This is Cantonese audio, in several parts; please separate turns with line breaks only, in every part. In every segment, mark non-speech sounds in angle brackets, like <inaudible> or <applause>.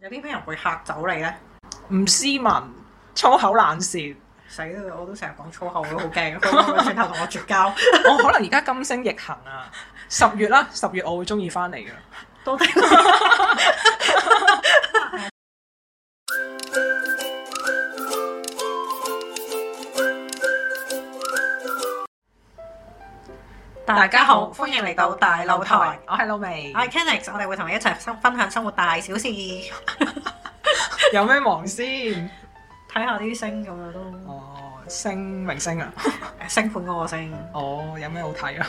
有啲咩人會嚇走你咧？
唔斯文，粗口爛舌。 <laughs>
死啦！我都成日講粗口，我都好 <laughs> 驚，佢轉頭同我絕交。
我可能而家金星逆行啊！十月啦，十月我會中意翻嚟噶。
到底 <laughs> 大家好，歡迎嚟到大樓台。，
我係老味
我。係 Kenix，我哋會同你一齊生分享生活大小事，睇
有咩忙先？
下啲星咁樣咯。
哦，星明星啊！
星盤嗰個星，
哦，有咩好睇啊？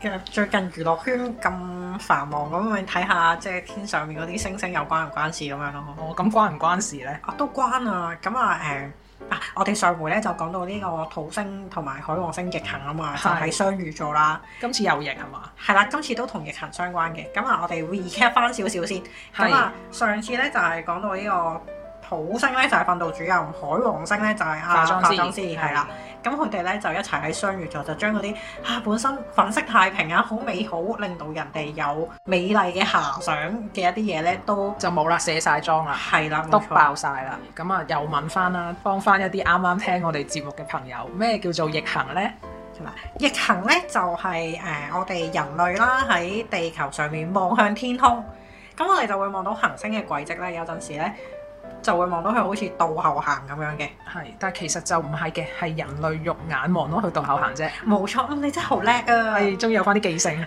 其實最近娛樂圈咁繁忙咁，咪睇下即係天上面嗰啲星星有關唔關事咁樣咯。
哦，咁關唔關事咧？
啊，都關啊！咁啊，誒、啊，我哋上回咧就講到呢個土星同埋海王星逆行啊嘛，就
係
係雙魚座啦。
今次又逆係嘛？
係啦，今次都同逆行相關嘅。咁啊，我哋 recap 翻少少先。
係
咁啊，上次咧就係、講到呢個土星咧就係、訓導主任，海王星咧就係、啊
化妝師
師係啦。。咁佢哋咧就一齊喺雙魚座就將嗰啲啊本身粉飾太平啊好美好，令到人哋有美麗嘅遐想嘅一啲嘢咧都啊
就冇啦，卸晒妝啦，
係啦，冇
篤
錯。
爆晒啦。咁啊，又問翻啦，幫翻一啲啱啱聽我哋節目嘅朋友，咩叫做逆行咧？
嗱，逆行咧就係、呃我哋人類啦喺地球上面望向天空，咁我哋就會望到行星嘅軌跡咧。有陣時咧就會望到佢好似倒後行咁樣嘅。
係，但係其實就唔係嘅，係人類肉眼望到佢度後行啫。
冇錯，嗯你真係好叻啊！
係，終於有翻啲記性。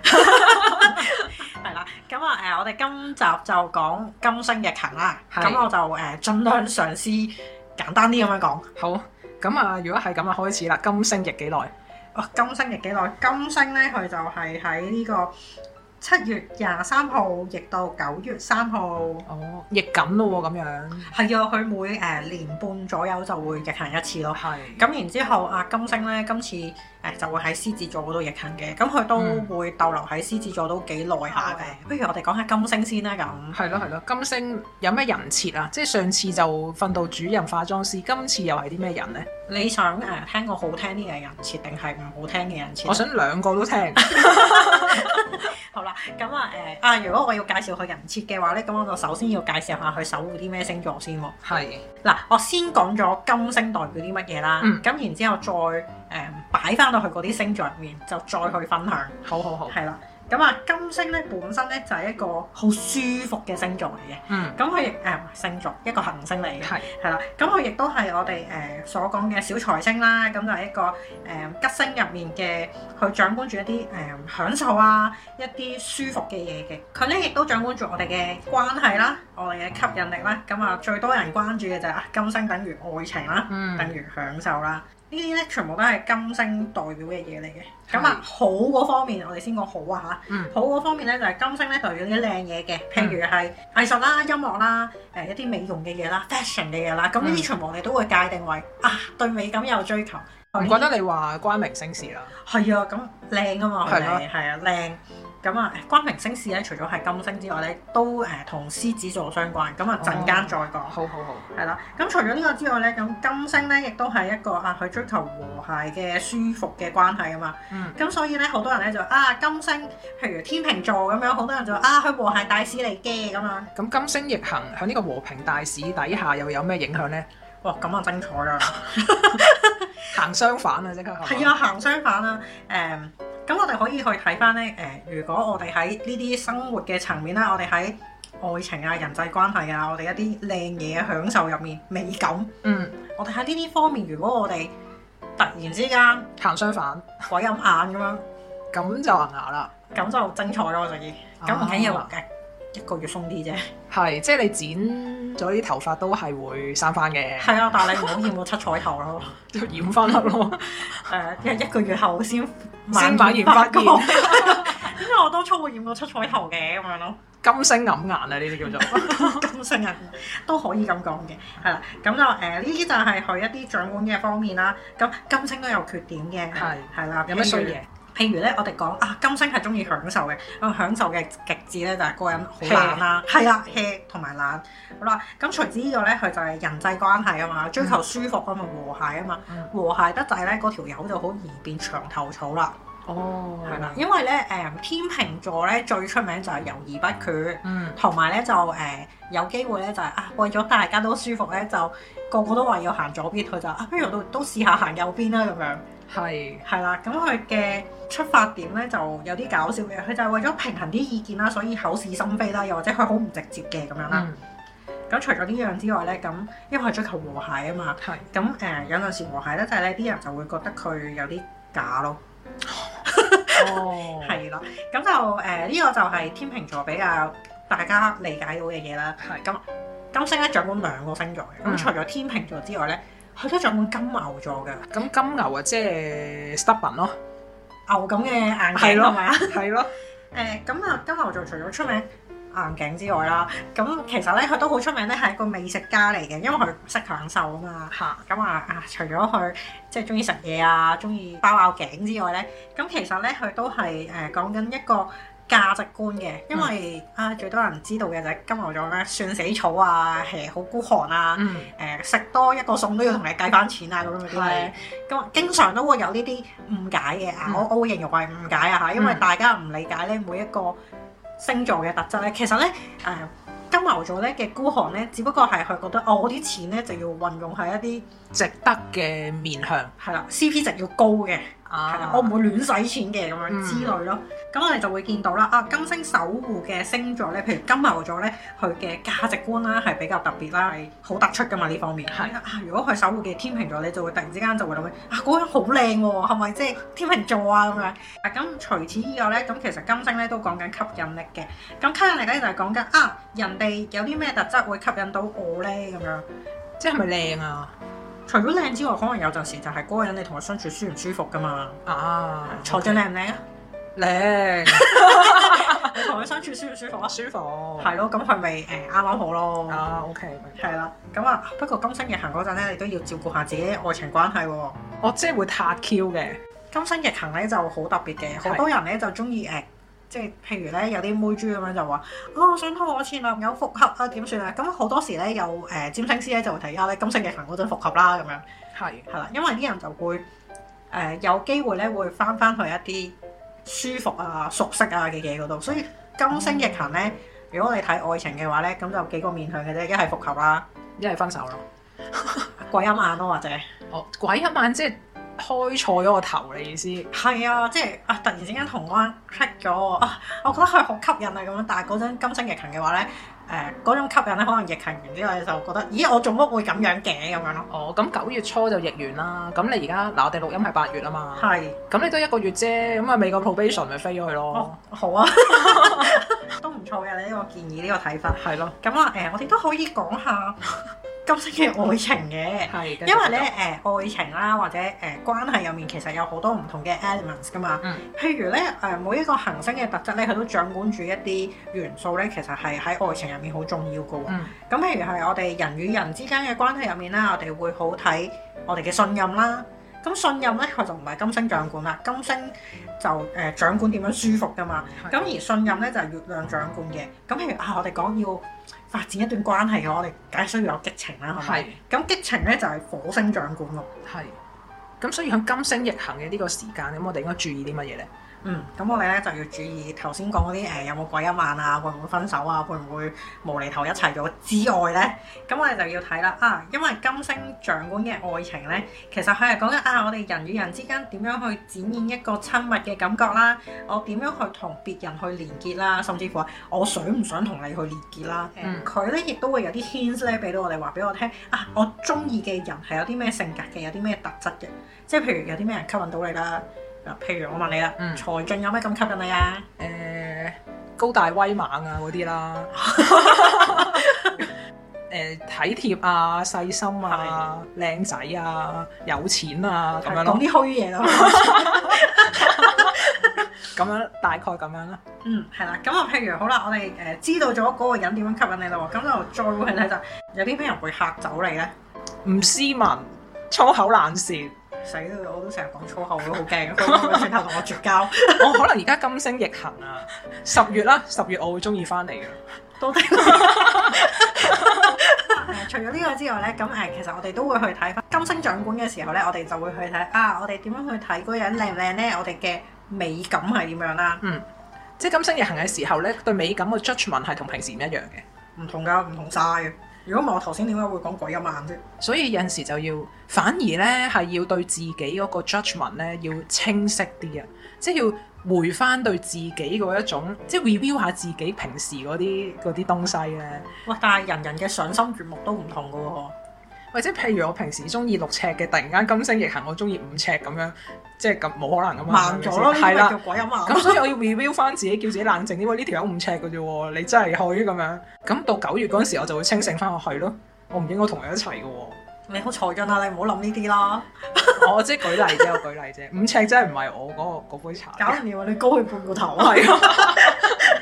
係啦，咁啊誒，我哋今集就講金星逆行啦。
係
咁我就誒、呃、盡量嘗試簡單啲咁樣講。
好，咁啊，如果係咁啊，開始啦。金星逆幾耐？
哦，金星逆幾耐？金星咧佢就係喺呢個七月廿三號逆到九月三號。
哦，逆緊咯喎，咁樣。
係啊，佢每誒、呃年半左右就會逆行一次咯。
係。
咁然之後啊，金星咧今次誒、呃就會喺獅子座嗰度逆行嘅，咁佢都
嗯
會逗留喺獅子座都幾耐下嘅。不如我哋講下金星先啦，咁
係咯係咯，金星有咩人設啊？即係上次就訓導主任、化妝師，今次又係啲咩人呢？
你想誒、呃、聽個好聽啲嘅人設定係唔好聽嘅人設？
我想兩個都聽。
好啦，咁啊誒啊，如果我要介紹佢人設嘅話咧，咁我就首先要介紹下佢守護啲咩星座先喎。
係。
嗱，我先講咗金星代表啲乜嘢啦，
嗯
咁、然之後再誒、呃、擺翻到去嗰啲星座入面，就再去分享。
好好好。
係啦，咁啊金星咧本身咧就係、一個好舒服嘅星座嚟嘅，
嗯。
咁佢亦誒唔係星座一個行星嚟嘅，
係。
係啦，咁佢亦都係我哋誒、呃所講嘅小財星啦，咁就係一個誒、呃吉星入面嘅，佢掌管住一啲誒、呃享受啊，一啲舒服嘅嘢嘅，佢咧亦都掌管住我哋嘅關係啦，我哋嘅吸引力啦，咁啊最多人關注嘅就係、啊金星等於愛情啦。
嗯。
等於享受啦。呢啲咧全部都係金星代表嘅嘢嚟嘅。
係
咁啊，好嗰方面我哋先講好啊嚇。
嗯
好嗰方面咧就係、金星咧代表啲靚嘢嘅，譬如係藝術啦、音樂啦、誒、一啲美容嘅嘢啦、fashion 嘅嘢啦。咁呢
嗯
啲全部我哋都會界定為啊對美感有追求。
唔覺得你話關明星事啦？
係啊，咁靚啊嘛，佢
係咯
哋係啊靚。咁啊，關明星事咧，除咗係金星之外咧，都誒同獅子座相關。咁
哦
啊，陣間再講。
好好好。
係啦，咁除咗呢個之外咧，咁金星咧亦都係一個啊，佢追求和諧嘅舒服嘅關係啊嘛。
嗯。
咁所以咧，好多人咧就啊，金星譬如天秤座咁樣，好多人就啊，佢和諧大使嚟嘅咁樣。
咁金星逆行喺呢個和平大市底下又有咩影響呢？
哇，咁啊精彩 <laughs> 啦！
行相反啊，即刻
係啊，行相反啦。誒、咁我哋可以去睇翻咧。誒、如果我哋喺呢啲生活嘅層面啦，我哋喺愛情啊、人際關係啊，我哋一啲靚嘢享受入面美感，
嗯，
我哋喺呢啲方面，如果我哋突然之間
行相反，
鬼咁眼咁樣。
咁就牙牙啦。啊
咁就精彩咯，我就要。
哦
咁唔緊要，誒一個月鬆啲
<laughs>
啫。
係，即係你剪咗啲頭髮都係會生翻嘅，
係啊，但係你唔好染到七彩頭咯。
就染翻甩 <laughs> 咯，
誒，因為一個月後先
<laughs> 先買完
發
發
覺
現。
<laughs> 因為我當初會染到七彩頭嘅咁樣咯。 <laughs>
金星揞眼啊！呢啲叫 <laughs> 做
咁成日都可以咁講嘅，係啦。咁就誒呢啲就係佢一啲掌管嘅方面啦。咁金星都有缺點嘅，
係
係啦。
有咩衰
譬如
嘢？
譬如咧，我哋講啊，金星係中意享受嘅，咁享受嘅極致咧就係個人好懶啦，係啦 hea 同埋懶。好啦，咁除此之外咧，佢就係人際關係啊嘛，追求舒服啊嘛，和諧啊嘛
嗯，
和諧得滯咧，嗰條友就好易變牆頭草啦。
哦，
係啦，，因為咧誒、天秤座咧最出名就係猶豫不決，
嗯，
同埋咧就誒、有機會咧就係、啊為咗大家都舒服咧就個個都話要行左邊，佢就啊不如都都試下行右邊啦咁樣。
係，
係啦，咁佢嘅出發點咧就有啲搞笑嘅，佢就係為咗平衡啲意見啦，所以口是心非啦，又或者佢好唔直接嘅咁樣啦。
嗯，
咁、除咗呢樣之外咧，咁因為佢追求和諧啊嘛，
係，
咁誒、有陣時和諧咧就係咧啲人就會覺得佢有啲假咯，
哦，
係啦，咁就誒呢、個就係天秤座比較大家理解到嘅嘢啦。
係，
咁金星咧掌管兩個星座嘅，咁、
嗯
除咗天秤座之外咧，佢都掌管金牛座嘅
咁金牛啊，即係 stubborn 咯，
牛咁嘅眼
係
鏡
咯
係咪啊？
<laughs> 係咯，
誒咁啊，金牛座除咗出名硬頸之外啦，咁其實咧佢都好出名咧，係一個美食家嚟嘅，因為佢識享受啊嘛。
嚇，
咁啊啊，除咗佢即係中意食嘢啊，中意包拗頸之外咧，咁其實咧佢都係誒講緊一個價值觀嘅，因為、啊最多人知道嘅就係金牛座咧算死草啊，誒好孤寒啊。
嗯，
誒、食多一個餸都要同你計翻錢啊咁樣嗰啲咧，咁經常都會有呢啲誤解嘅啊，
嗯
我我會形容為誤解啊嚇，因為
嗯
大家唔理解咧每一個星座嘅特質咧，其實咧誒、金牛座咧嘅孤寒咧，只不過係佢覺得哦我啲錢咧就要運用喺一啲
值得嘅面向
係啦 CP 值要高嘅，係啦、
啊
我唔會亂使錢嘅咁樣
嗯
之類咯。咁、我哋就會見到啦，啊金星守護嘅星座咧，譬如金牛座咧，佢嘅價值觀啦係比較特別啦，係好突出噶嘛呢方面。
係
啊，如果佢守護嘅天秤座，你就會突然之間就會諗起啊嗰個人好靚喎，係咪即係天秤座啊咁樣？啊咁除此以外咧，咁其實金星咧都講緊吸引力嘅。咁吸引力咧就係講緊啊人哋有啲咩特質會吸引到我咧咁樣。
即係咪靚啊？
除咗靚之外，可能有陣時就係嗰個人你同佢相處舒唔舒服噶嘛。
<laughs> 啊，
坐長靚唔靚啊？
靚， <laughs>
你同佢相處舒唔舒服啊？
舒服，
係咯，咁佢咪誒啱啱好咯。
啊，OK，
係啦，咁啊，不過金星逆行嗰陣咧，你都要照顧下自己嘅愛情關係喎。
我即係會撻 Q 嘅，
金星逆行咧就好特別嘅，
係
好多人咧就中意誒，即係譬如咧有啲妹豬咁樣就話，哦，我想同我前男友復合啊，點算啊？咁好多時咧有誒、占星師咧就會提啊下咧金星逆行嗰陣復合啦，咁樣
係，
係啦，因為啲人就會誒、呃有機會咧會翻翻去一啲舒服啊、熟悉啊嘅嘢嗰度，所以金星逆行咧。如果你睇愛情嘅話咧，咁就幾個面向嘅啫，一係復合啦，
一係分手咯。
鬼陰眼咯，或者
哦，鬼一晚即係開錯咗個頭，你意思？
係啊，即係啊，突然之間同嗰人 click 咗喎啊，我覺得佢好吸引啊咁樣，但係嗰陣金星逆行嘅話咧，誒、嗰種吸引咧，可能逆行完之後你就覺得，咦，我做乜會咁樣嘅咁樣咯，
哦，咁九月初就逆完啦。咁你而家嗱，我哋錄音係八月啊嘛。
係，
咁你都一個月啫，咁啊美國 probation 咪飛咗佢
哦
咯。，
好啊， <laughs> 都唔錯嘅你呢個建議呢、個睇法。
係咯，
咁啊，誒、我哋都可以講下 <laughs> 金星嘅愛情嘅。
係。
因為咧，誒、愛情啦，或者誒、關係入面，其實有好多唔同嘅 elements 噶嘛。
嗯
譬如咧，誒、每一個行星嘅特質咧，佢都掌管住一啲元素咧，其實係喺愛情入面好重要噶喎。
嗯
咁譬如係我哋人與人之間嘅關係入面啦，我哋會好睇我哋嘅信任啦。咁信任咧，佢就唔係金星掌管啦，金星就誒、掌管點樣舒服噶嘛。
係
咁而信任咧就係、月亮掌管嘅。咁譬如啊，我哋講要發展一段關係嘅，我哋梗係需要有激情啦，係咪？
嗯係
咁激情咧就係、火星掌管咯。
係。咁所以喺金星逆行嘅呢個時間，咁我哋應該注意啲乜嘢咧？
嗯，咁我哋咧就要注意頭先講嗰啲呃誒有冇鬼一晚啊，會唔會分手啊，會唔會無厘頭一齊咗之外咧，咁我哋就要睇啦啊，因為金星掌管嘅愛情咧，其實佢係講緊啊，我哋人與人之間點樣去展現一個親密嘅感覺啦，我點樣去同別人去連結啦，甚至乎啊我想唔想同你去連結啦，誒
嗯
佢咧亦都會有啲 hints 咧俾到我哋話俾我聽啊，我中意嘅人係有啲咩性格嘅，有啲咩特質嘅，即係譬如有啲咩人吸引到你啦。嗱，譬如我問你啦，
嗯
財進有咩咁吸引你啊？
誒、高大威猛啊嗰啲
<laughs>
啦。誒、體貼啊、細心啊、靚仔啊、有錢啊咁樣
講
咯，
啲虛嘢咯。
咁樣大概咁樣啦。
嗯，係啦。咁啊，譬如好啦，我哋誒、呃知道咗嗰個人點樣吸引你啦喎，咁就再會睇就有啲咩人會嚇走你咧？
唔斯文、粗口爛舌。 <laughs>
死啦！我都成日講粗口，我都好 <laughs> 驚。佢會唔會轉頭同我絕交，
我可能而家金星逆行啊，十月啦，十月我會中意翻嚟嘅。
<laughs> 到底？誒除咗呢個之外咧，咁誒其實我哋都會去睇翻金星掌管嘅時候咧，我哋就會去睇啊，我哋點樣去睇嗰個人靚唔靚咧？我哋嘅美感係點樣啦？
即係金星逆行嘅時候咧，對美感嘅 judgement 係同平時唔一樣嘅，
唔同㗎，唔同晒嘅。如果唔係我頭先點解會講鬼咁慢啫？
所以有陣時就要反而咧係要對自己嗰個 judgement 咧要清晰啲啊，即係要回翻對自己嗰一種，即係 review 下自己平時嗰啲嗰啲東西咧。
哇！但係人人嘅賞心悅目都唔同㗎喎。
或者譬如我平時中意六尺嘅，突然間金星逆行，我中意五尺咁樣，即係咁冇可能噶嘛，
慢咗咯，呢
係咪
個咪
先係啦
叫。鬼咁
咁
慢。
所以我要 review 翻自己，叫自己冷靜啲。喂，呢條友五尺嘅啫喎，你真係去咁樣。咁到九月嗰陣時，我就會清醒翻，我係咯，我唔應該同佢一齊
<laughs>
嘅喎。
你好才俊啊！你唔好諗呢啲啦，
我即係舉例啫，我舉例啫。五尺真係唔係我嗰、個嗰杯茶。
搞唔掂啊！你高佢半個頭 <laughs> 啊！
係啊，
誒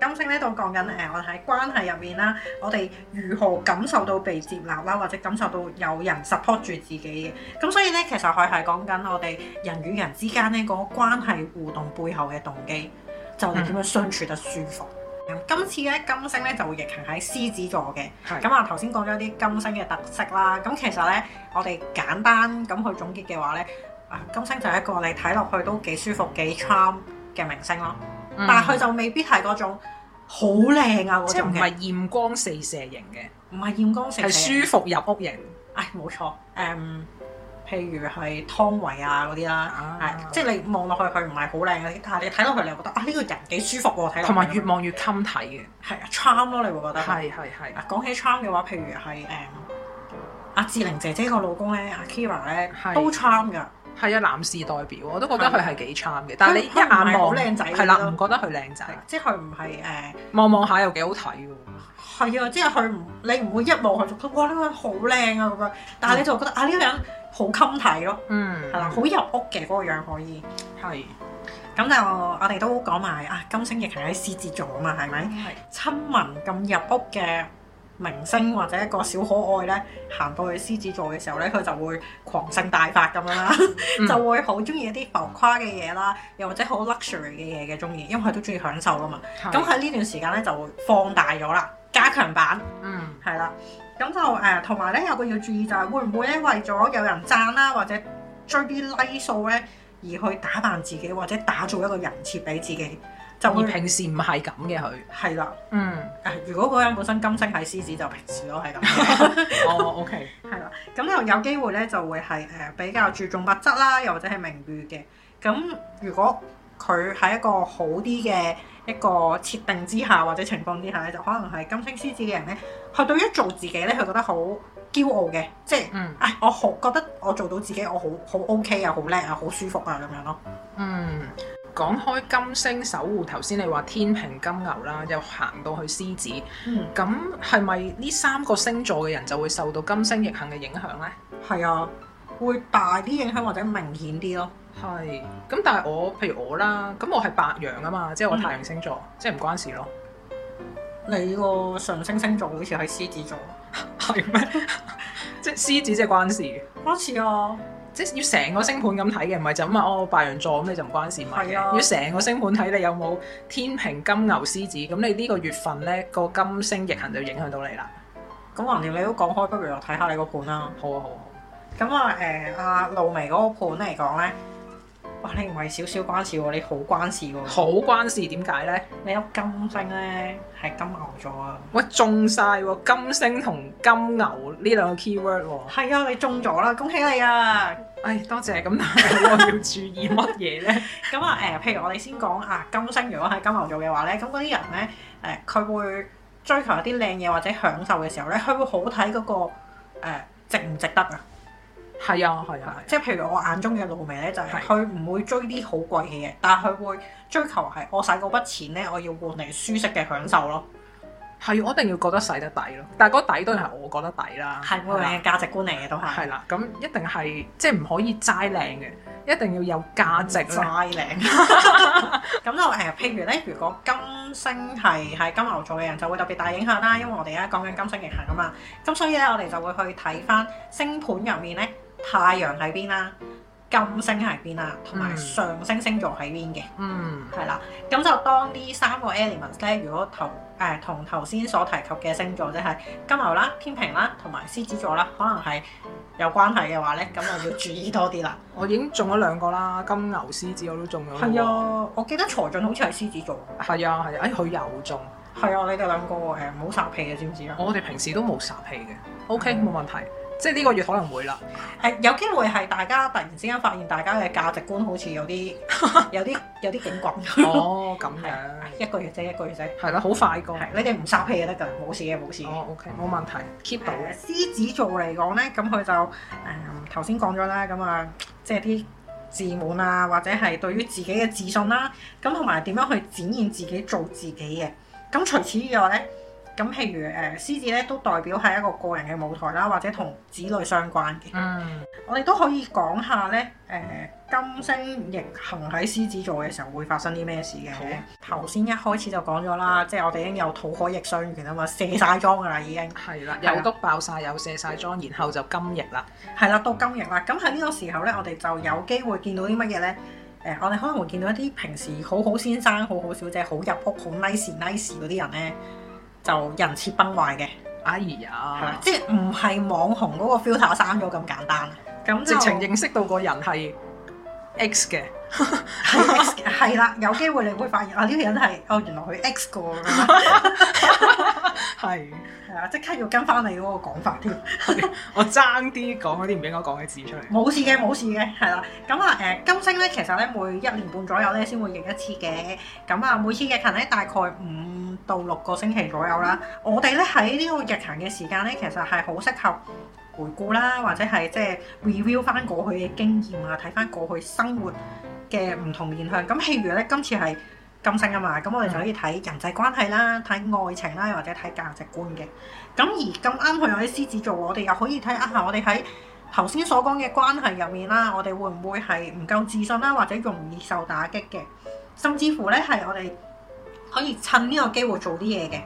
金星呢度講緊誒，我哋喺關係入面啦，我哋如何感受到被接納啦，或者感受到有人 support 住自己嘅。咁所以咧，其實佢係講緊我哋人與人之間呢嗰個關係互動背後嘅動機，就係點樣相處得舒服。咁今次咧金星咧就會逆行喺獅子座嘅。
係
咁啊，頭先講咗啲金星嘅特色啦。咁其實咧，我哋簡單咁去總結嘅話咧，啊金星就係一個你睇落去都幾舒服、幾 charm 嘅明星咯。
嗯
但係佢就未必係嗰種好靚啊嗰
即係
種
唔
嘅，
係豔光四射型嘅，
唔係豔光四射。
係舒服入屋型。
唉，冇錯。誒、譬如係湯唯啊嗰啲啦
啊，
係、即係你望落去佢唔係好靚嘅，但係你睇落去你又覺得啊呢、個人幾舒服喎、睇落去
同埋越望越襟睇嘅，
係啊 charm 咯，你會覺得
係係係，
啊，講起 charm 嘅話，譬如係誒阿志玲姐姐個老公咧，阿 Kira 咧
係
都 charm 噶，
係啊，男士代表我都覺得佢係幾 charm 嘅，但係你一
佢
眼
佢唔係好
望
靚仔
係啦，
咯
唔覺得佢靚仔，
即係佢唔係誒
望望下又幾好睇喎。
係啊，即係佢唔你唔會一望佢就覺得哇呢、個人好靚啊咁樣，但係你就覺得啊呢、個人好襟睇咯，
嗯，
係啦，好入屋嘅嗰、個樣可以。
係
咁就我哋都講埋啊，金星亦係喺獅子座啊嘛，係咪？
係
親民咁入屋嘅明星或者一個小可愛咧，行到去獅子座嘅時候咧，佢就會狂性大發咁樣啦，
嗯
就會好中意一啲浮誇嘅嘢啦，又或者好 luxury 嘅嘢嘅中意，因為佢都中意享受啊嘛。咁
咁
喺呢段時間咧就會放大咗啦，加強版
嗯
係啦。咁就誒，同埋咧有個要注意就係會唔會咧為咗有人讚啦，或者追啲 like 數咧，而去打扮自己或者打造一個人設俾自己，就
而
會
平時唔係咁嘅佢，
係啦。
嗯，
誒，如果嗰個人本身金星係獅子，就平時都係咁。
哦 OK，
係啦，咁就有機會咧，就會係誒、呃比較注重物質啦，又或者係名譽嘅。咁如果佢喺一個好啲嘅一個設定之下，或者情況之下咧，就可能係金星獅子嘅人咧，佢對於做自己咧，佢覺得好驕傲嘅，即係。
嗯
唉，我好覺得我做到自己，我好好 OK 啊，好叻啊，好舒服啊咁樣咯。
嗯。講開金星守護，頭先你話天平金牛啦，又行到去獅子，
嗯，
咁係咪呢三個星座嘅人就會受到金星逆行嘅影響呢？
係啊，會大啲影響或者明顯啲咯。
係，咁但係我譬如我啦，咁我係白羊啊嘛，即係我太陽星座，即係唔關事咯。
你個上升星座好似係獅子座，
係咩？即係獅子即係關事，
好似啊。
即係要成個星盤咁睇嘅，唔係就咁啊哦白羊座咁你就唔關事唔係嘅，
係啊
要成個星盤睇你有冇天平金牛獅子，咁你呢個月份呢個金星逆行就影響到你啦。
咁橫掂你都講開，不如我睇下你個盤啦。
好啊好啊，
咁啊誒，阿露薇嗰個盤嚟講咧，哇！你唔係少少關事喎，你好關事
好啊
喎。
好關事點解呢？
你粒金星咧係金牛座啊。
喂中晒喎，金星同金牛呢兩個 keyword 喎。
係啊，你中咗啦，恭喜你啊！
唉，多謝咁，但係我要注意乜嘢呢？
咁啊誒，譬如我哋先講啊，金星如果係金牛座嘅話咧，咁嗰啲人咧誒，佢、會追求一啲靚嘢或者享受嘅時候咧，佢會好睇嗰、個、誒值唔值得啊。
係啊係啊係啊。
即係譬如我眼中嘅露媚咧，就係
係
佢唔會追啲好貴嘅嘢，但係佢會追求係我使嗰筆錢咧，我要換嚟舒適嘅享受咯，
係，我一定要覺得使得抵咯。但係嗰底當然係我覺得抵啦，
係我
啦
嘅價值觀嚟嘅都係。
係啦。咁一定係即係唔可以齋靚嘅，一定要有價值啦。
齋靚， <laughs> 咁就誒，譬如咧，如果金星係係金牛座嘅人，就會特別大影響啦，因為我哋而家講緊金星逆行啊嘛，咁所以咧，我哋就會去睇翻星盤入面咧，太陽喺邊啦，金星喺邊啦，同埋
嗯
上升星座喺邊嘅，
嗯
係啦。咁就當呢三個 elements 咧，如果頭誒同頭先所提及嘅星座，即係金牛啦、天平啦，同埋獅子座啦，可能係有關係嘅話咧，咁就要注意多啲啦。
我已經中咗兩個啦，金牛獅子我都中咗。
係，啊，我記得財進好似係獅子座。
係啊，係啊，哎佢又中，
係啊，你哋兩個誒唔好撒屁嘅，知唔知啊？
我哋平時都冇殺氣嘅，OK 冇問題，即係呢個月可能會啦。
係有機會係大家突然之間發現大家嘅價值觀好似有啲 <laughs> 有啲有啲警棍。
哦，咁樣
<laughs> 一個月啫，一個月啫。
係啦，好快個。
係，你哋唔撒屁就得㗎，冇事嘅，冇事嘅。
哦，OK 冇問題，keep 到。
誒獅子座嚟講咧，咁佢就誒頭先講咗啦，咁啊即係啲自滿啊，或者係對於自己嘅自信啦，咁同埋點樣去展現自己做自己嘅。咁除此以外咧，咁譬如誒、獅子咧都代表係一個個人嘅舞台啦，或者同子女相關嘅。
嗯，
我哋都可以講下咧，誒、金星逆行喺獅子座嘅時候會發生啲咩事嘅
好。啊
頭先一開始就講咗啦，即係我哋已經有土海逆相完啊嘛，卸晒妝㗎啦已經。
係啦，
係啦
又督爆晒，又卸晒妝，然後就金翼啦。
係啦，到今日啦，咁喺呢個時候咧，我哋就有機會見到啲乜嘢咧？誒、我哋可能會見到一啲平時好好先生、好好小姐、好入屋、好 nice nice 嗰啲人咧，就人設崩壞嘅，
哎
係啦
呀，，
即係唔係網紅嗰個 filter 刪咗咁簡單，咁
直
就
情認識到個人係 X 嘅。
係
<laughs>
X 嘅係啦，有機會你會發現啊，呢、個人係哦，原來佢 X 個咁樣，
<laughs> 係，
係啊，即刻要跟翻你嗰個講法添。
我爭啲講嗰啲唔應該講嘅字出嚟。
冇事嘅，冇事嘅，係啦。咁啊誒，金星咧其實咧每一年半左右咧先會逆一次嘅。咁啊，每次逆行咧大概五到六個星期左右啦。我哋咧喺呢個逆行嘅時間咧，其實係好適合回顧啦，或者係即係 review 翻過去嘅經驗啊，睇翻過去生活嘅唔同面向。咁譬如咧，今次係金星啊嘛，咁我哋就可以睇人際關係啦、睇愛情啦，又或者睇價值觀嘅。咁而咁啱佢有啲獅子座，我哋又可以睇啊，我哋喺頭先所講嘅關係入面啦，我哋會唔會係唔夠自信啦，或者容易受打擊嘅，甚至乎咧係我哋可以趁呢個機會做啲嘢嘅。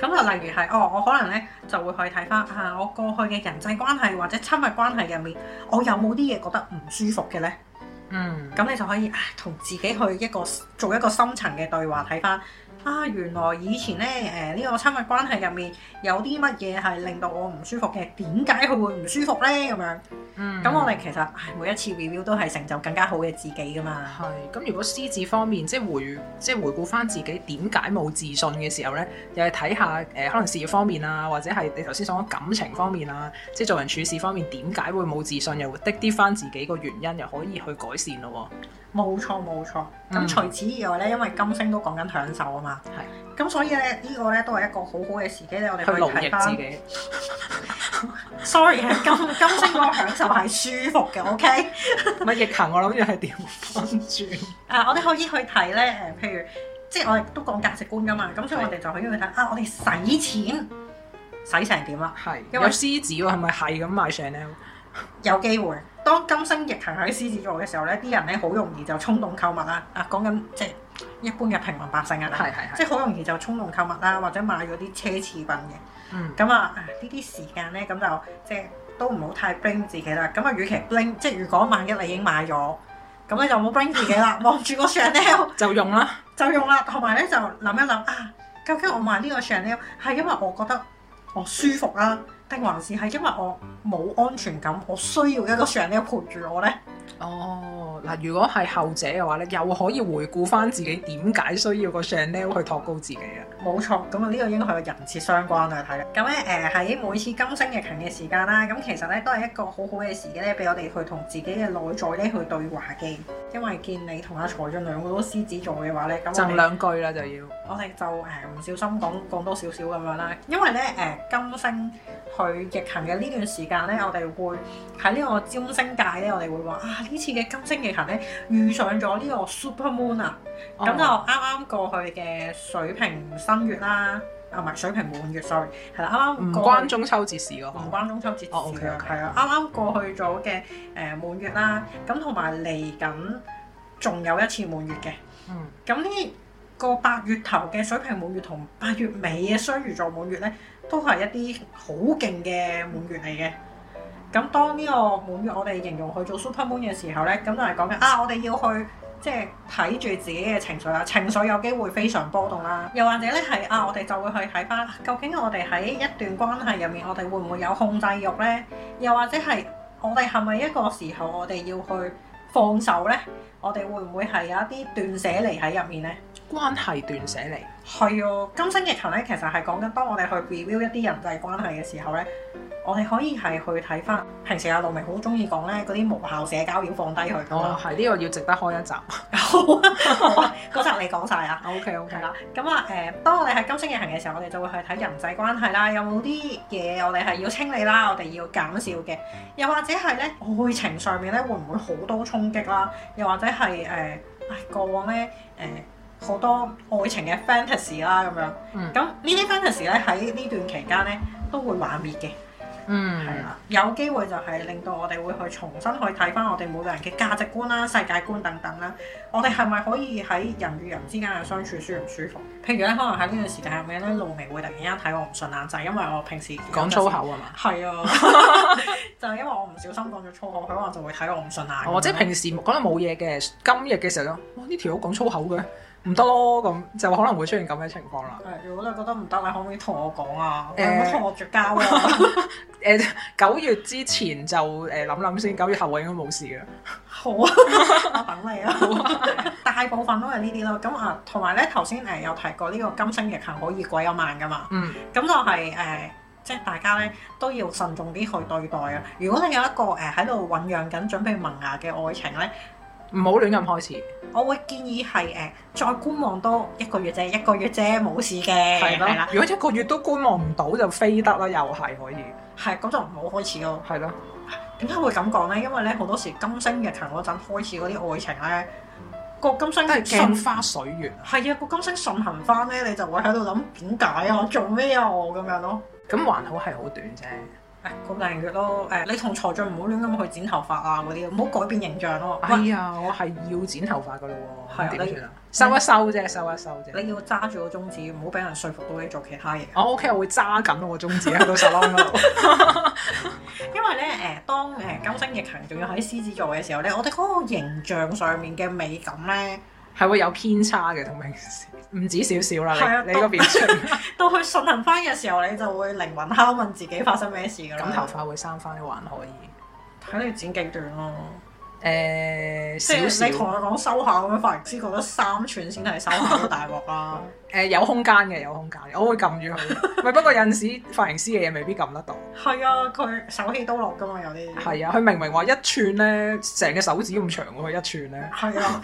咁就例如係哦，我可能咧就會去睇翻啊，我過去嘅人際關係或者親密關係入面，我有冇啲嘢覺得唔舒服嘅咧？
嗯，
咁你就可以啊，同自己去一個做一個深層嘅對話，睇翻啊，原來以前咧誒呢、呢個親密關係入面有啲乜嘢係令到我唔舒服嘅，點解佢會唔舒服咧？咁樣
嗯
咁我哋其實唉每一次 review 都係成就更加好嘅自己噶嘛。
係，咁如果獅子方面，即係回即係回顧翻自己點解冇自信嘅時候咧，又係睇下誒、可能事業方面啊，或者係你頭先所講感情方面啊，即係做人處事方面點解會冇自信，又會滴啲翻自己個原因，又可以去改善咯
冇錯冇錯，咁
嗯
除此以外咧，因為金星都講緊享受啊嘛，咁所以咧呢個咧都係一個好好嘅時機咧，我哋
喎，
可
去
以
勞
睇
役自
翻。
己。
<laughs> Sorry，係金金星嗰個享受係舒服嘅，OK。
<laughs> 咪逆行，我諗住係調翻轉。
誒、啊我哋可以去睇咧誒，譬如即係我哋都講價值觀噶嘛，咁所以我哋就可以去睇啊，我哋使錢使成點啊啦，
<laughs> <laughs> 係，
因
有
為
獅子喎，係咪係咁買 Chanel？
有機會。當金星逆行喺獅子座嘅時候咧，啲人咧好容易就衝動購物啦。啊，講緊即係一般嘅平民百姓啊，
係係係
即係好容易就衝動購物啦，或者買咗啲奢侈品嘅。
嗯，
咁啊，啊呢啲時間咧，咁就即係都唔好太 blame 自己啦。咁啊，與其 blame，即係如果萬一你已經買咗，咁你就冇 blame 自己啦，望住個 Chanel。
就用啦。
就用啦，同埋咧就諗一諗啊，究竟我買呢個 Chanel 係因為我覺得我舒服啊，定還是係因為我冇安全感，我需要一個 Chanel 陪住我咧？
哦，嗱，如果係後者嘅話咧，又可以回顧翻自己點解需要個 Chanel 去托高自己啊。
冇錯，咁啊呢個應該係個人設相關啊睇嚟。咁咧誒喺每次金星逆行嘅時間啦，咁其實咧都係一個好好嘅時機咧，俾我哋去同自己嘅內在咧去對話嘅。因為見你同阿財俊兩個都獅子座嘅話咧，咁我
贈
哋
兩句啦就要。
我哋就誒唔小心講講多少少咁樣啦，因為咧誒、金星去逆行嘅呢段時間咧，我哋會喺呢個占星界咧，我哋會話啊呢次嘅金星逆行咧遇上咗呢個 super moon 啊，咁、就
哦
啱啱過去嘅水瓶新月啦，啊唔係水瓶滿月，sorry，係啦，啱
唔
啱過
關中秋節事嗰個
唔關中秋節事
哦，OK，OK
嘅，係啊，啱啱過去咗嘅誒滿月啦，咁同埋嚟緊仲有一次滿月嘅。
嗯，
咁呢個八月頭嘅水瓶滿月同八月尾嘅雙魚座滿月咧，都係一啲好勁嘅滿月嚟嘅。咁當呢個滿月我哋形容去做 super moon 嘅時候咧，咁就係講緊啊，我哋要去即係睇住自己嘅情緒啦，啊情緒有機會非常波動啦，又或者咧係啊，我哋就會去睇翻究竟我哋喺一段關係入面，我哋會唔會有控制欲咧？又或者係我哋係咪一個時候我哋要去放手咧？我哋會唔會係有一啲斷捨離喺入面咧？
關係斷捨離，
係啊，金星逆行咧，其實係講緊當我哋去 review 一啲人際關係嘅時候咧，我哋可以係去睇翻平時阿路明好中意講咧嗰啲無效社交要放低佢㗎
哦
嘛。
係呢個要值得開一集。
<laughs> 好啊，好啊嗰集你講晒啊。
O K O
係啦，咁啊誒，當我哋喺金星逆行嘅時候，我哋就會去睇人際關係啦，有冇啲嘢我哋係要清理啦，我哋要減少嘅，又或者係咧愛情上面咧會唔會好多衝擊啦，又或者係誒、唉過往咧誒好多愛情嘅 fantasy 啦咁樣，
嗯
咁呢啲 fantasy 咧喺呢段期間咧都會幻滅嘅。係
嗯，
啦，有機會就係令到我哋會去重新去睇翻我哋每個人嘅價值觀啦、世界觀等等啦。我哋係咪可以喺人與人之間嘅相處舒唔舒服？譬如咧，可能喺呢段時間入面咧，露眉會突然間睇我唔順眼，就係、因為我平時
講粗。口啊嘛。
係
<laughs>
啊，就係因為我唔小心講咗粗口，佢可能就會睇我唔順眼。
哦，即係平時講得冇嘢嘅，今日嘅時候就哇呢條友講粗口嘅，唔得咯咁，就可能會出現咁嘅情況啦。
係如果你覺得唔得，你可唔可以同我講啊？你
誒
唔好同我絕交啊！
誒、 <laughs> 九月之前就誒諗諗先，九月後啊應該冇事嘅。
好
<laughs>
啊，我等你啊！ <laughs> 大部分都係呢啲咯。咁啊，同埋咧頭先誒有提過呢個金星逆行好熱鬼有慢噶嘛。
嗯，
咁就係、誒，即係大家咧都要慎重啲去對待啊！如果你有一個誒喺度醖釀緊、準備萌芽嘅愛情咧，
唔好亂咁開始。
我會建議係誒、再觀望多一個月啫，一個月啫，冇事嘅，
係咯、
啦，
如果一個月都觀望唔到就飛得啦，又係可以。
係咁就唔好開始咯。
係咯，
點解會咁講咧？因為咧好多時金星逆行嗰陣開始嗰啲愛情咧，個金星
都係
順
鏡花水月。
係啊，個金星順行翻咧，你就會喺度諗點解啊？我做咩啊？我咁樣咯。
咁還好係好短啫。
誒咁靚嘅咯，誒、你同財俊唔好亂咁去剪頭髮啊嗰啲，唔好改變形象咯。喂
哎啊，我係要剪頭髮噶咯
係啊
喎，咁點算啊？收一收啫，收一收啫。
你要揸住個宗旨，唔好俾人說服到你做其他嘢。啊
我 OK，我會揸緊我個中指喺個 salon 嗰度。 <laughs>
因為咧，誒、當誒、金星逆行，仲要喺獅子座嘅時候咧，我哋嗰個形象上面嘅美感咧，
係會有偏差嘅，同平時唔止少少
係啊
啦。你你
都
嗰邊出
<laughs> 到去順行翻嘅時候，你就會靈魂拷問自己發生咩事㗎啦。
咁頭髮會生翻還可以。
睇你剪幾段咯，
誒、
嗯即
少
係
少
你同我講收下咁樣，髮型師覺得三寸先係收 <laughs> 下都大鑊啦。
誒有空間嘅，有空間嘅，我會撳
<laughs>
住佢。咪不過有陣時髮型師嘅嘢未必撳得到。
係啊，佢手起刀落㗎嘛，有啲。
係啊，佢明明話一寸咧，成個手指咁長喎，佢一寸咧。
係啊，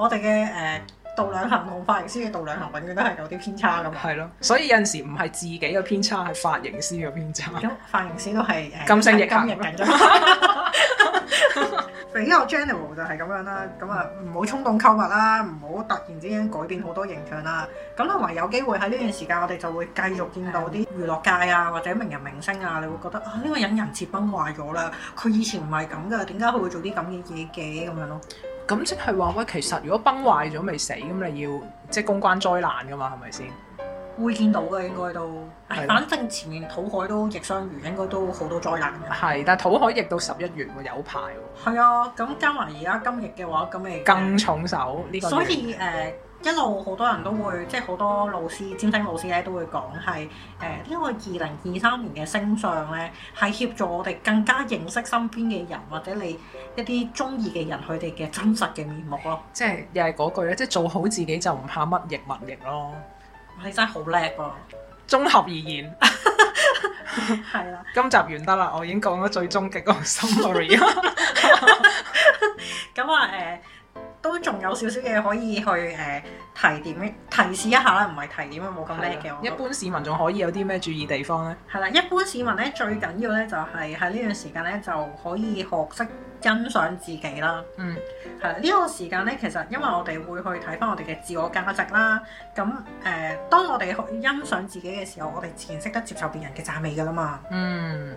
我哋嘅誒度量衡同髮型師嘅度量衡永遠都係有啲偏差㗎嘛。
係咯，啊所以有陣時唔係自己嘅偏差，係髮型師嘅偏差。
咁髮型師都係誒
金星逆行
金逆緊 <laughs> 比較 general 就係咁樣啦，咁啊唔好衝動購物啦，唔好突然之間改變好多形象啦。咁同埋有機會喺呢段時間，我哋就會繼續見到啲娛樂界啊，或者名人明星啊，你會覺得啊呢、個人人設崩壞咗啦，佢以前唔係咁㗎，點解佢會做啲咁嘅嘢嘅咁樣咯？
咁即係話喂，其實如果崩壞咗未死，咁你要即係公關災難噶嘛，係咪先？
會見到嘅應該都，唉
係咯
反正前面土海都逆相遇，應該都好多災難㗎。
係，但係土海逆到十一月喎，有排喎，
係啊，咁加埋而家今日嘅話，咁咪
更重手呢、個
所
月
以誒、呃一路好多人都會，即係好多老師、占星老師咧都會講係誒呢個二零二三年嘅星相咧，係協助我哋更加認識身邊嘅人或者你一啲中意嘅人佢哋嘅真實嘅面目咯。
即係又係嗰句咧，即係做好自己就唔怕乜逆物逆咯。
你真係好叻
<laughs>
喎！
綜合而言， <laughs>
係啦，
今集完得啦，我已經講咗最終極嗰個 summary
咁啊誒。都仲有少少嘢可以去誒、呃提點提示一下啦，唔係提點啊，冇咁叻
<laughs>
嘅。我
一
都
般市民仲可以有啲咩注意地方呢？
係啦，一般市民咧最緊要咧就係喺呢段時間咧就可以學識欣賞自己啦。
嗯，
係啦，呢、個時間咧其實因為我哋會去睇翻我哋嘅自我價值啦。咁誒、呃，當我哋去欣賞自己嘅時候，我哋自然識得接受別人嘅讚美㗎啦嘛。
嗯，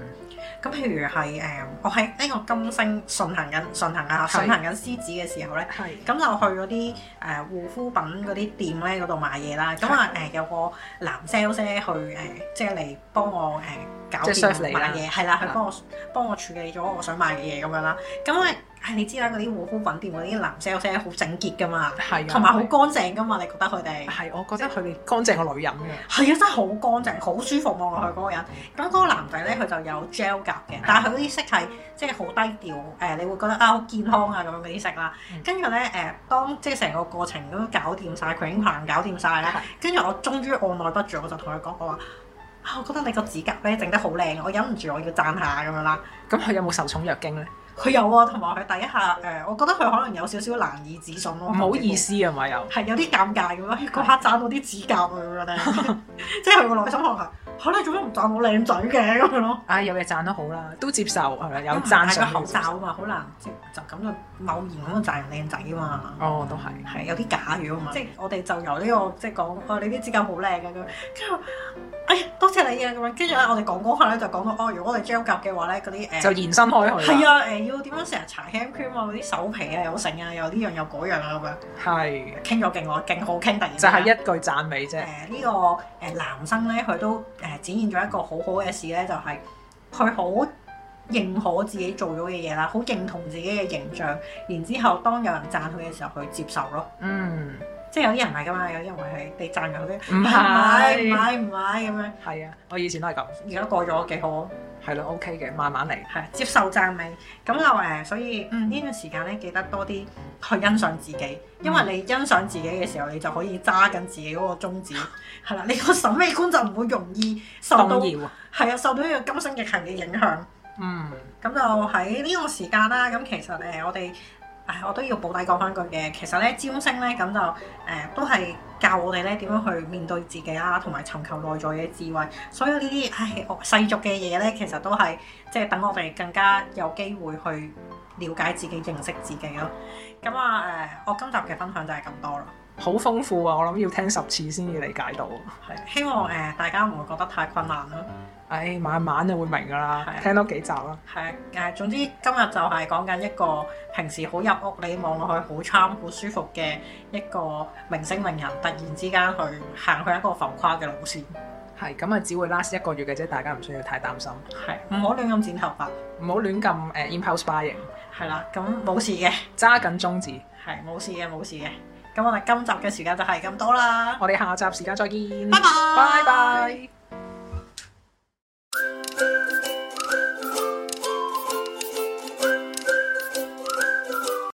咁譬如係誒、呃我喺呢個金星順行緊順行啊
係
順行緊獅子嘅時候咧。
係
咁就去嗰啲誒護膚品嗰啲店咧嗰度買嘢啦。咁啊誒有個男 sales 咧去誒、即係嚟幫我誒、搞
即係 serve
掂
你
買
啦
嘢，係啦，佢
啊
幫我幫我處理咗我想買嘅嘢咁樣啦。咁啊誒你知啦，嗰啲護膚品店嗰啲男 sales 呢好整潔噶嘛，
係啊
同埋好乾淨噶嘛，你覺得佢哋？
係，我覺得佢哋乾淨過女人嘅，
係啊，真係好乾淨，好舒服望落去嗰個人。咁嗰個男仔咧，佢就有 gel 甲嘅，但係佢嗰啲色係即係好低調，誒、你會覺得啊好健康啊咁樣嗰啲色啦
嗯。
跟住咧誒，當即係成個過程都搞掂晒，佢已經棚搞掂晒啦。跟住我終於按耐不住，我就同佢講我話。啊，我覺得你個指甲咧整得好靚，我忍唔住我要讚下咁樣啦。
咁佢有冇受寵若驚咧？
佢有啊，同埋佢第一下誒、我覺得佢可能有少少難以置信咯。
唔好意思啊嘛又，
係有啲尷尬咁樣，嗰刻斬到啲指甲啊咁樣
<laughs>
咧，即係佢個內心可能係嚇你做咩唔讚我靚仔嘅咁樣咯。
啊有嘢賺都好啦，都接受係咪？有
因為戴
讚賞
個口罩啊嘛，好難即係就咁就偶然咁就讚人靚仔啊嘛。
哦，都係。
係有啲假嘅啊嘛，即係我哋就由呢、個即係講，哦你啲指甲好靚嘅咁，跟住我哎呀多謝你啊咁樣，跟住咧我哋講講下咧就講到哦，如果我哋 gel 甲嘅話咧嗰啲誒
就延伸開去啦
係，啊誒、要點樣成日搽 hand cream 啊嗰啲手皮啊有剩啊有呢樣有嗰樣啊咁
係
樣，傾咗勁耐勁好傾突然之
就
間
係一句讚美啫，
誒呢個誒男生咧，佢都誒展現咗一個好好嘅事咧，就係佢好認可自己做咗嘅嘢啦，好認同自己嘅形象，然之後當有人讚佢嘅時候，佢接受咯。
嗯，
即係有啲人唔係噶嘛，有啲人話係你讚佢，
唔
買唔
係，
買唔買咁樣。
係啊，我以前都係咁，
而家過咗幾好，啊
係咯，OK 嘅，慢慢嚟，
係接受讚美。咁就誒，所以嗯呢段時間咧，記得多啲去欣賞自己，因為你欣賞自己嘅時候，你就可以揸緊自己嗰個宗旨，係啦，你個審美觀就唔會容易受到。
動搖，
係啊，受到呢個金星逆行嘅影響，
嗯，
咁就喺呢個時間啦。咁其實誒、呃我哋誒、唉我都要補底講翻句嘅。其實咧，占星咧咁就誒、呃都係教我哋咧點樣去面對自己啦，同埋尋求內在嘅智慧。所有呢啲唉我世俗嘅嘢咧，其實都係即係等我哋更加有機會去了解自己、認識自己咯。咁啊誒，我今集嘅分享就係咁多啦。
好豐富啊，我諗要聽十次先至理解到，
係希望誒、呃大家唔會覺得太困難啦。
唉，慢慢就會明噶啦
係，啊
聽多幾集啦，
係誒，總之今日就係講緊一個平時好入屋，你望落去好參好舒服嘅一個明星名人，突然之間去行去一個浮誇嘅路線，
係咁啊，只會 last 一個月嘅啫，大家唔需要太擔心，
係唔好亂咁剪頭髮，
唔好亂咁誒 impulse buying，
係啦，咁冇事嘅，
揸緊宗旨，
係冇事嘅冇事嘅，咁我哋今集嘅時間就係咁多啦，
我哋下集時間再見，
拜拜
拜拜。